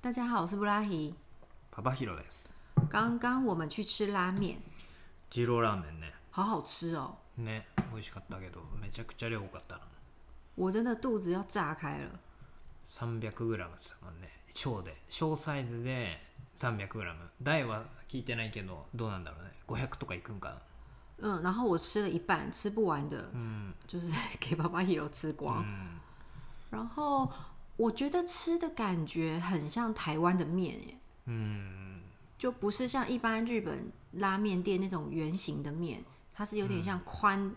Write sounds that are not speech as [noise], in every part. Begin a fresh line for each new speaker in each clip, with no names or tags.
大家好，我是布拉希。
パパヒロです。
刚刚我们去吃拉面，
ジローラーメンね。
好好吃哦，
ね、美味しかったけど、めちゃくちゃ量多かったな。
我真的肚子要炸开了。
300g って言ってたもんね。小で、小サイズで 300g。大は聞いてないけど、どうなんだろうね。500とかいくんかな。
嗯，然后我吃了一半，吃不完的，嗯，就是 [laughs] 给爸爸一楼吃光。然后我觉得吃的感觉很像台湾的面耶，
うん。
就不是像一般日本拉面店那种圆形的面，它是有点像宽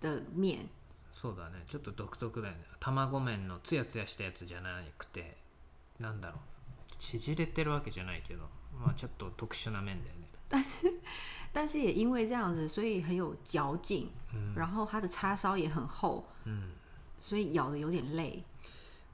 的面。
そうだね。ちょっと独特だよね。卵麺のツヤツヤしたやつじゃなくて、なんだろう。縮れてるわけじゃないけど、まあちょっと特殊な麺だよね。
但是也因为这样子，所以很有嚼劲，然后它的叉烧也很厚，所以咬的有点累。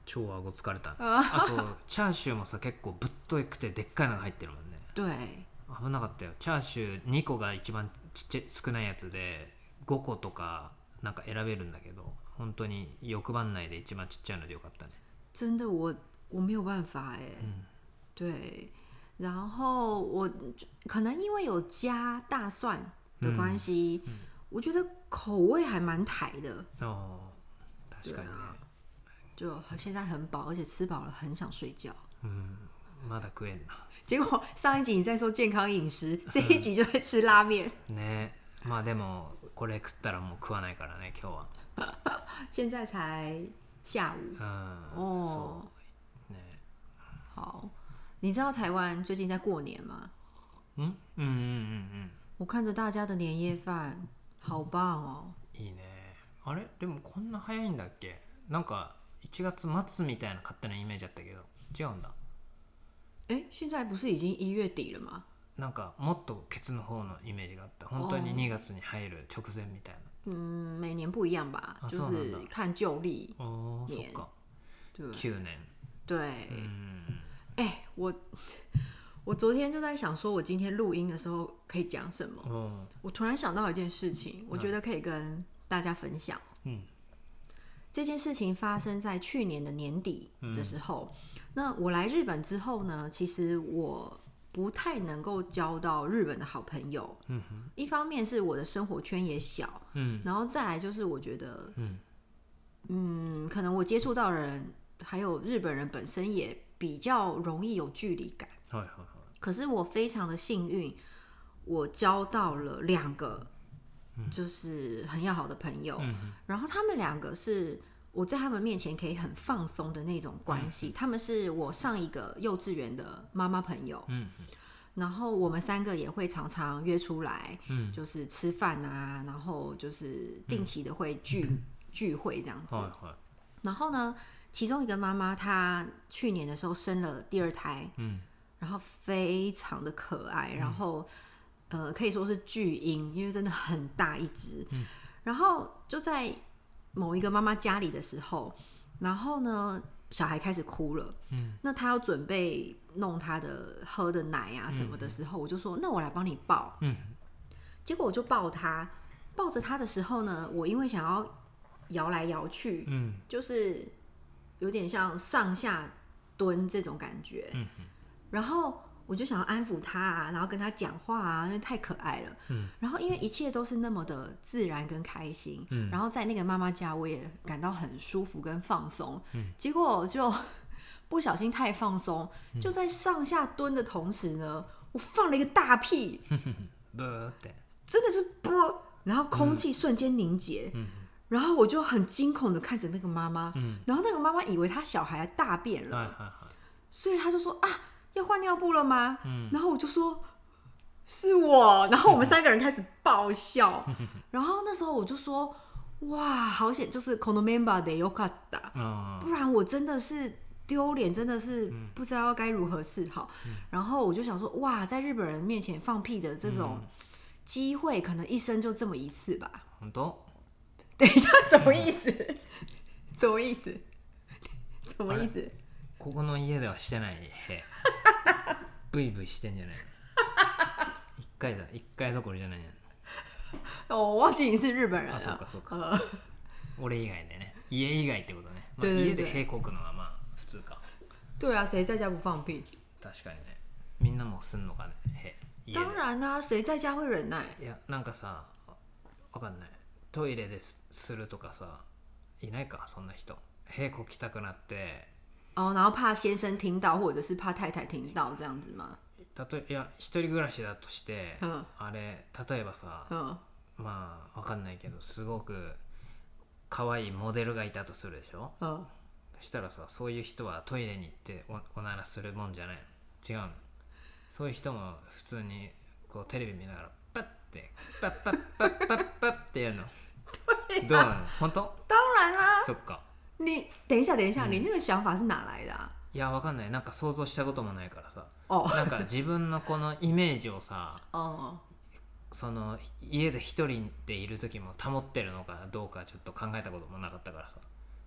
超顎疲れたあとチャーシューもさ結構ぶっといくてでっかいのが入ってるもんね
对，
危なかったよチャーシュー2個が一番ちっちゃい少ないやつで5個とかなんか選べるんだけど本当に欲張んないで一番ちっちゃいのでよかったね
真的我我没有办法哎、对，然后我可能因为有加大蒜的关系，我觉得口味还蛮台的，
ああ確かにね
就现在很饱，而且吃饱了很想睡觉。
まだ食えんな
结果上一集你在说健康饮食，这一集就在吃拉面。
ねまあでもこれ食ったらもう食わないからね今
现在才下午
日はうん
哦。
そうね
好，你知道台湾最近在过年吗？
うんうんうんうん
我看着大家的年夜饭，好棒哦！
うんいいねあれでもこんな早いんだっけなんか1月末みたいな勝手なイメージだったけど違うんだ
哎，现在不是已经一月底了吗？
なんかもっとケツの方のイメージがあった本当に2月に入る直前みたい
嗯，每年不一样吧，
啊
就
这样
是
的
看旧历。
なあー
ね
そっか
对
9年
对，
うん
哎，我 [laughs] 我昨天就在想，说我今天录音的时候可以讲什么。
うん
我突然想到一件事情，我觉得可以跟大家分享。
嗯，
这件事情发生在去年的年底
嗯
的时候。那我来日本之后呢，其实我不太能够交到日本的好朋友。
嗯
一方面是我的生活圈也小，
うん
然后再来就是我觉得，
嗯
嗯可能我接触到的人，还有日本人本身也比较容易有距离感。
はいはいはい
可是我非常的幸运，我交到了两个，就是很要好的朋友。
嗯
然后他们两个是我在他们面前可以很放松的那种关
嗯
系。他们是我上一个幼稚园的妈妈朋友。
嗯
然后我们三个也会常常约出来，
嗯
就是吃饭啊，然后就是定期的会聚、
嗯
聚会这样子。
はいは
然后呢，其中一个妈妈她去年的时候生了第二胎，
嗯，
然后非常的可爱，然后、呃可以说是巨婴，因为真的很大一只。嗯、然后就在某一个妈妈家里的时候，然后呢，小孩开始哭了。嗯，那她要准备弄她的喝的奶啊什么的时候，我就说那我来帮你抱。
嗯，
结果我就抱她，抱着她的时候呢，我因为想要摇来摇去，
いうん
就是有点像上下蹲这种感觉。
嗯
然后我就想要安抚他、啊，然后跟他讲话啊，因为太可爱了。
嗯
然后因为一切都是那么的自然跟开心，
嗯
然后在那个妈妈家，我也感到很舒服跟放松。
嗯
结果我就 [laughs] 不小心太放松，
嗯
就在上下蹲的同时呢，我放了一个大屁。
ブーって
真的是啵，然后空气瞬间凝结，然后我就很惊恐的看着那个妈妈，然后那个妈妈以为她小孩大便
はい
了，
はいは
所以她就说啊要换尿布了吗？
嗯
然后我就说是我，然后我们三个人开始爆笑，然后那时候我就说哇好险，就是 k o n o m e m b a de y o k a t a
いあ
不然我真的是丢脸，真的是不知道该如何是好。然后我就想说，哇，在日本人面前放屁的这种机会，可能一生就这么一次吧。 [laughs]
ー本当
等一下，什么意思？ [laughs] 什么意思？ [laughs] 什么意思？
ここの家ではしてない [laughs] へブイブイしてんじゃないの一回だ一回どころじゃないの
哦，我忘记你是日本人
あそう
了
か。そうか
呃，
俺以外でね家以外ってことね、まあ、
对对
家
对
で屁こくのはまあ普通か
对啊，谁在家不放屁？
確かにねみんなもすんのかねへ家で
当然啦、谁在家会忍耐？
いやなんかさわかんないトイレですするとかさいないかそんな人屁こきたくなって
哦，然后怕先生听到，或者是怕太太听到这样子吗？
たといや一人暮らしだとして、
うん
あれ例えばさ、
嗯，
まあわかんないけどすごく可愛いモデルがいたとするでしょ
嗯，
そしたらさそういう人はトイレに行っておおならするもんじゃないの違うのそういう人も普通にこうテレビ見ながらパッてパッパッパッパッパッってやるのどうなの本当
当然啦、
そっか
你等一下，等一下，你那个想法是哪来的啊？
いやわかんないなんか想像したこともないからさ
哦
なんか自分のこのイメージをさ
哦，
その家で一人でいる時も保ってるのかどうかちょっと考えたこともなかったからさ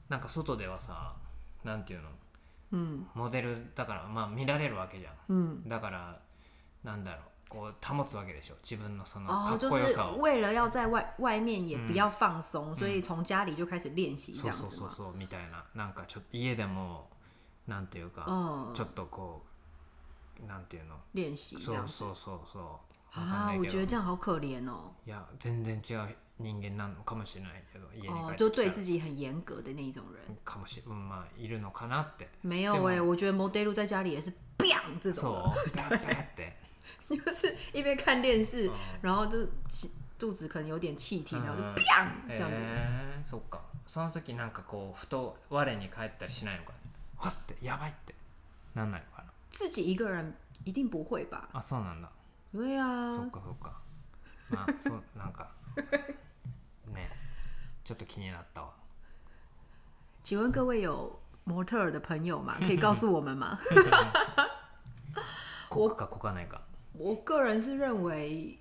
なんか外ではさなんていうの
嗯
モデルだからまあ見られるわけじゃん
嗯，
だからなんだろうこう保つわけでしょ自分のそのか
哦，
っ
就
こよ
是
さを、
为了要在外外面也不要放松，所以从家里就开始练习这
そう
样
そ
子
うそう
嘛。
そうみたいななんかちょっと家でもなんていうか
嗯
ちょ，っとこうなんていうの
练习这
そう
样子
そうそうそうわかん
啊
な，い
我
け
觉
ど
得这样好可怜哦。
いや全然違う人間なのかもしれないけど家に
哦
帰っ，
就
て
对
きたら
自己很严格的那一种人，
かもしれうんまあいるのかなって
没有哎、
でも
我觉得 model 在家里也是 biang 这种的，
そうバッバッ [laughs] って
[laughs] 就是一边看电视，
うん
然后就气肚子可能有点气体，
嗯哎
然后就 biang 这样子。
へえそっかその時なんかこうふと我に返ったりしないのかねはってやばいってなんないのかな
自己一个人一定不会吧？
あそうなんだ
对啊
そ，っかそっかまあそうなんかねちょっと気になったわ
请问各位有模特儿的朋友吗？可以告诉我们吗？ [laughs]
こくかこかないか
我个人是认为，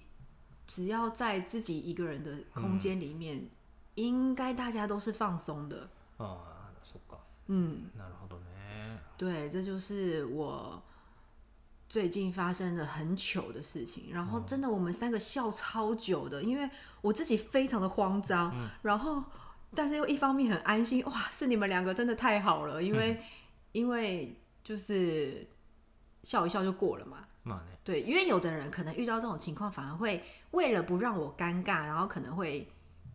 只要在自己一个人的空间里面，应该大家都是放松的。
ああそっか
嗯，
なるほどね
对，这就是我最近发生的很糗的事情。然
哦
后真的，我们三个笑超久的，因为我自己非常的慌张，
嗯
然后但是又一方面很安心，哇，是你们两个真的太好了，
嗯
因为、因为就是笑一笑就过了嘛。
まあね
对，因为有的人可能遇到这种情况，反而会为了不让我尴尬，然后可能会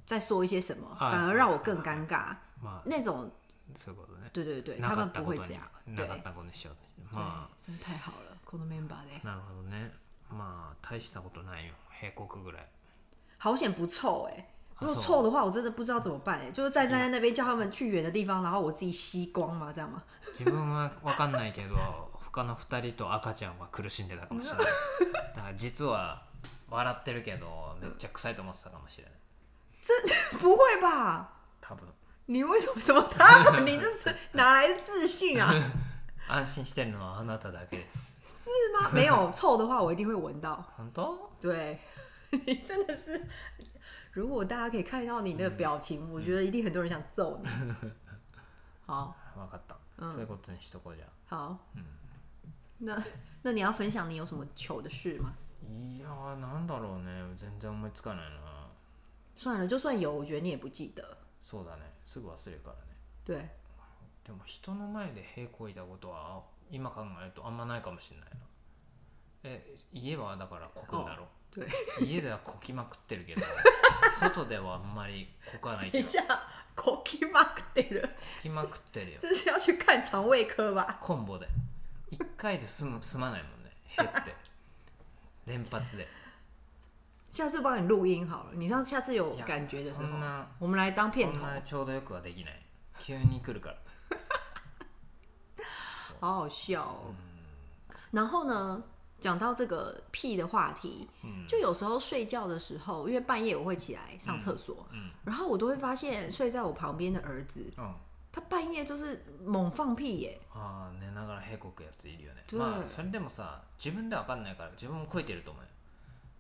再说一些什么，
哎
反而让我更尴尬。
まあ
那种，
そういうことね
对对对，
な
他
か
们
った
不
こ
会
と
这
に
样。
な
对，
かったことにしようま
对真的太好了 c o n o member 的，
あなるほどねまあ大したことないよ閉国ぐらい
好险不臭哎、
啊
如果
臭嗯
臭的话，我真的不知道怎么办哎、就是站在那边叫他们去远的地方，然后我自己吸光嘛，这 [laughs] 样吗？
自分は分かんないけど [laughs] 他の2人と赤ちゃんは苦しんでたかもしれないだから実は笑ってるけどめっちゃ臭いと思ってたかもしれない
不会吧？
多分
你为什么什么他们？你这是哪来的自信
[laughs]
啊？
安心してるのはあなただけです
是吗？没有臭的话，我一定会闻到。
本当
对， [laughs] 你真的是，如果大家可以看到你的表
嗯
情，我觉得一定很多人想揍你。好
分かった、
うん
そういうことにしとこうじゃ
好，
嗯
那那你要分享你有什么糗的事吗？
んいやーなんだろうね全然思いつかないな
算了，就算有，我觉得你也不记得。
そうだねすぐ忘れるからね
对，
でも人の前で屁こいたことは今考えるとあんまないかもしれないなえ家はだからこくんだろ
对，
家ではこきまくって [laughs] るけど外ではあんまりこかない
等
け
一
どこ
下，Cookie Mark 得了，
きまくってるよ
[laughs] 这是要去看肠胃科吧？
コンボで1回で済む済まないもんねへって連発で
下次帮你录音好了，你上下次有
いや
感觉的时
そ
候
ん，な
我们来当
そ
片
ん
头，
なちょうどよくはできない急に来るから
好好笑哦。然后呢，讲到这个屁的话题，
うん
就有时候睡觉的时候，因为半夜我会起来上厕所，
嗯嗯
然后我都会发现睡在我旁边的儿子，
うん
他半夜就是猛放屁耶、
ああ寝ながらへこくやついるよね
对
まあそれでもさ自分では分かんないから自分もこいてると思うよ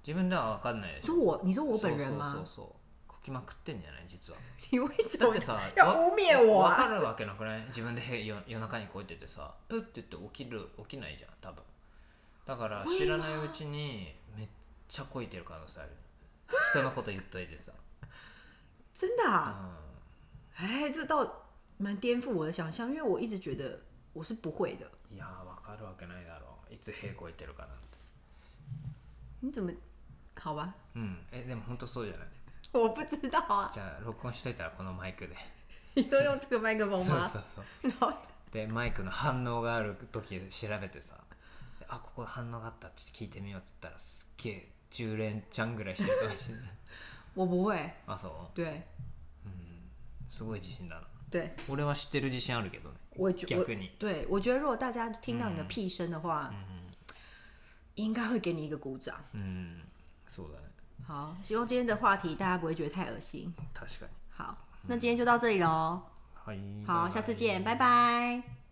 自分では分かんないでし
说
ょ
我，你说我本人吗？
そうそうそうそうこきまくってんじゃない実は
你为什
だっ
么
て？さ
要污蔑我
わ
啊
かるわけなくない自分でへ夜夜中にこうやっててさプッて言って起きる起きないじゃん多分だから知らないうちにめっちゃこいてる可能性ある人のこと言っといてさ、
真的
うん
啊？哎、这倒蛮颠覆我的想象，因为我一直觉得我是不会的。
いやーわかるわけないだろういつ屁こいてるかなんて
你怎么？好吧，
うんえでも本当そうじゃない
我不知道啊。
じゃあ録音しといたらこのマイクで
你都用这个麦克
そう
风
そう
吗？
そう
然后
でマイクの反応がある時調べてさであここ反応があったって聞いてみようっつったらすっげえ10連ちゃんぐらいしてるかもしれない
我不会，
あそう
对
うんすごい自信だな
对，
俺は知ってる自信あるけどね
我觉我
逆に
对我觉得如果大家听到你的屁声的话，应该会给你一个鼓掌。
うんそうだね
好，希望今天的话题大家不会觉得太恶心。
確かに
好，那今天就到这里喽。
はい
好，
嗯バイバイ
下次见，拜拜。